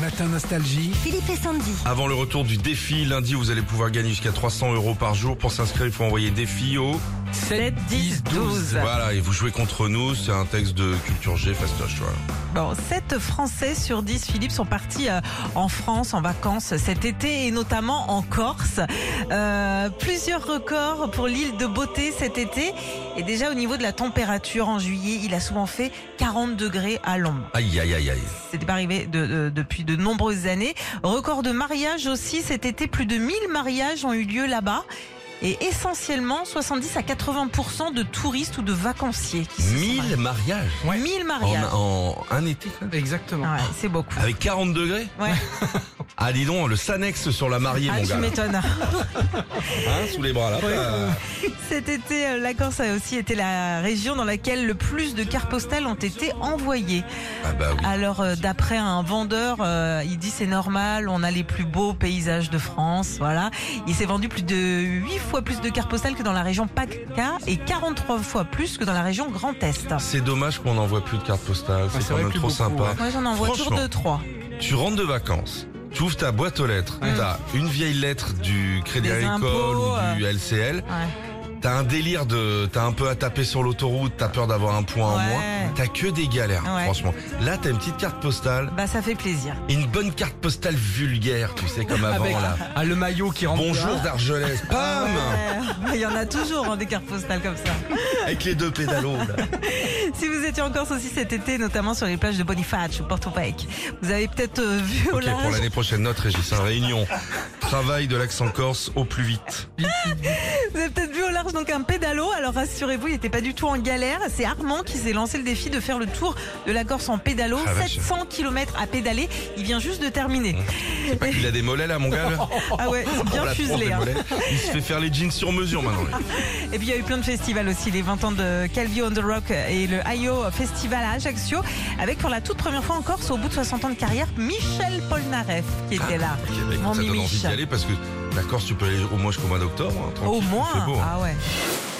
matin nostalgie. Philippe et Sandy. Avant le retour du défi, lundi, vous allez pouvoir gagner jusqu'à 300 euros par jour. Pour s'inscrire, il faut envoyer défi au... 7, 10, 12. Voilà, et vous jouez contre nous. C'est un texte de Culture G, fastoche, voilà. Bon, 7 Français sur 10, Philippe, sont partis euh, en France en vacances cet été et notamment en Corse. Euh, plusieurs records pour l'île de beauté cet été. Et déjà au niveau de la température en juillet, il a souvent fait 40 degrés à l'ombre. Aïe, aïe, aïe, aïe. C'était pas arrivé de- de- depuis de nombreuses années. Record de mariage aussi cet été, plus de 1000 mariages ont eu lieu là-bas. Et essentiellement 70 à 80% de touristes ou de vacanciers qui se sont mariés. 1000 mariages 1000 en, mariages. en un été, quand même. Exactement. Ah Ouais, c'est beaucoup. Avec 40 degrés Ouais. Ah, dis donc, le Sanex sur la mariée, Ah, mon tu gars. m'étonnes. Hein, sous les bras, là. Euh, Cet été, euh, la Corse a aussi été la région dans laquelle le plus de cartes postales ont été envoyées. Ah bah oui. Alors, euh, d'après un vendeur, euh, il dit c'est normal, on a les plus beaux paysages de France, voilà. Il s'est vendu plus de 8 fois plus de cartes postales que dans la région PACA et 43 fois plus que dans la région Grand Est. C'est dommage qu'on n'envoie plus de cartes postales. Ah, c'est C'est quand vrai même plus trop beaucoup, sympa. ouais. Moi, j'en envoie toujours Franchement. deux, trois. Tu rentres de vacances, tu ouvres ta boîte aux lettres, Ouais. t'as une vieille lettre du Crédit Des Agricole impôts, euh. ou du LCL, Ouais. t'as un délire de, t'as un peu à taper sur l'autoroute, t'as peur d'avoir un point en Ouais. moins, t'as que des galères, Ouais. franchement. Là, t'as une petite carte postale, Bah, ça fait plaisir. une bonne carte postale vulgaire, tu sais, comme avant Avec là. ah, le maillot qui rentre. Bonjour d'Argelès, pam Ah Ouais, Il y en a toujours hein, des cartes postales comme ça. Avec les deux pédalos. là. Si vous étiez en Corse aussi cet été, notamment sur les plages de Bonifacio, Porto Paec, vous avez peut-être euh, vu au Ok, pour large l'année prochaine, notre Régis, un réunion. Travail de l'accent corse au plus vite. Vous avez peut-être vu au large donc un pédalo, alors rassurez-vous, il n'était pas du tout en galère. C'est Armand qui s'est lancé le défi de faire le tour de la Corse en pédalo, Ah, vache. 700 km à pédaler. Il vient juste de terminer. C'est pas qu'il a des mollets là, mon gars là Ah ouais, c'est On bien l'apprend, Oh, des fuselé. hein. mollets. Il se fait faire les jeans sur mesure maintenant. lui. Et puis il y a eu plein de festivals aussi, les 20 ans de Calvio on the Rock et le IO Festival à Ajaccio, avec pour la toute première fois en Corse, au bout de 60 ans de carrière, Michel Polnareff qui était là. Ok, bah, écoute, Mon ça donne mimiche. envie d'y aller parce que la Corse, tu peux aller au moins jusqu'au mois d'octobre. hein, tranquille, Au moins, c'est beau, hein. ah ouais.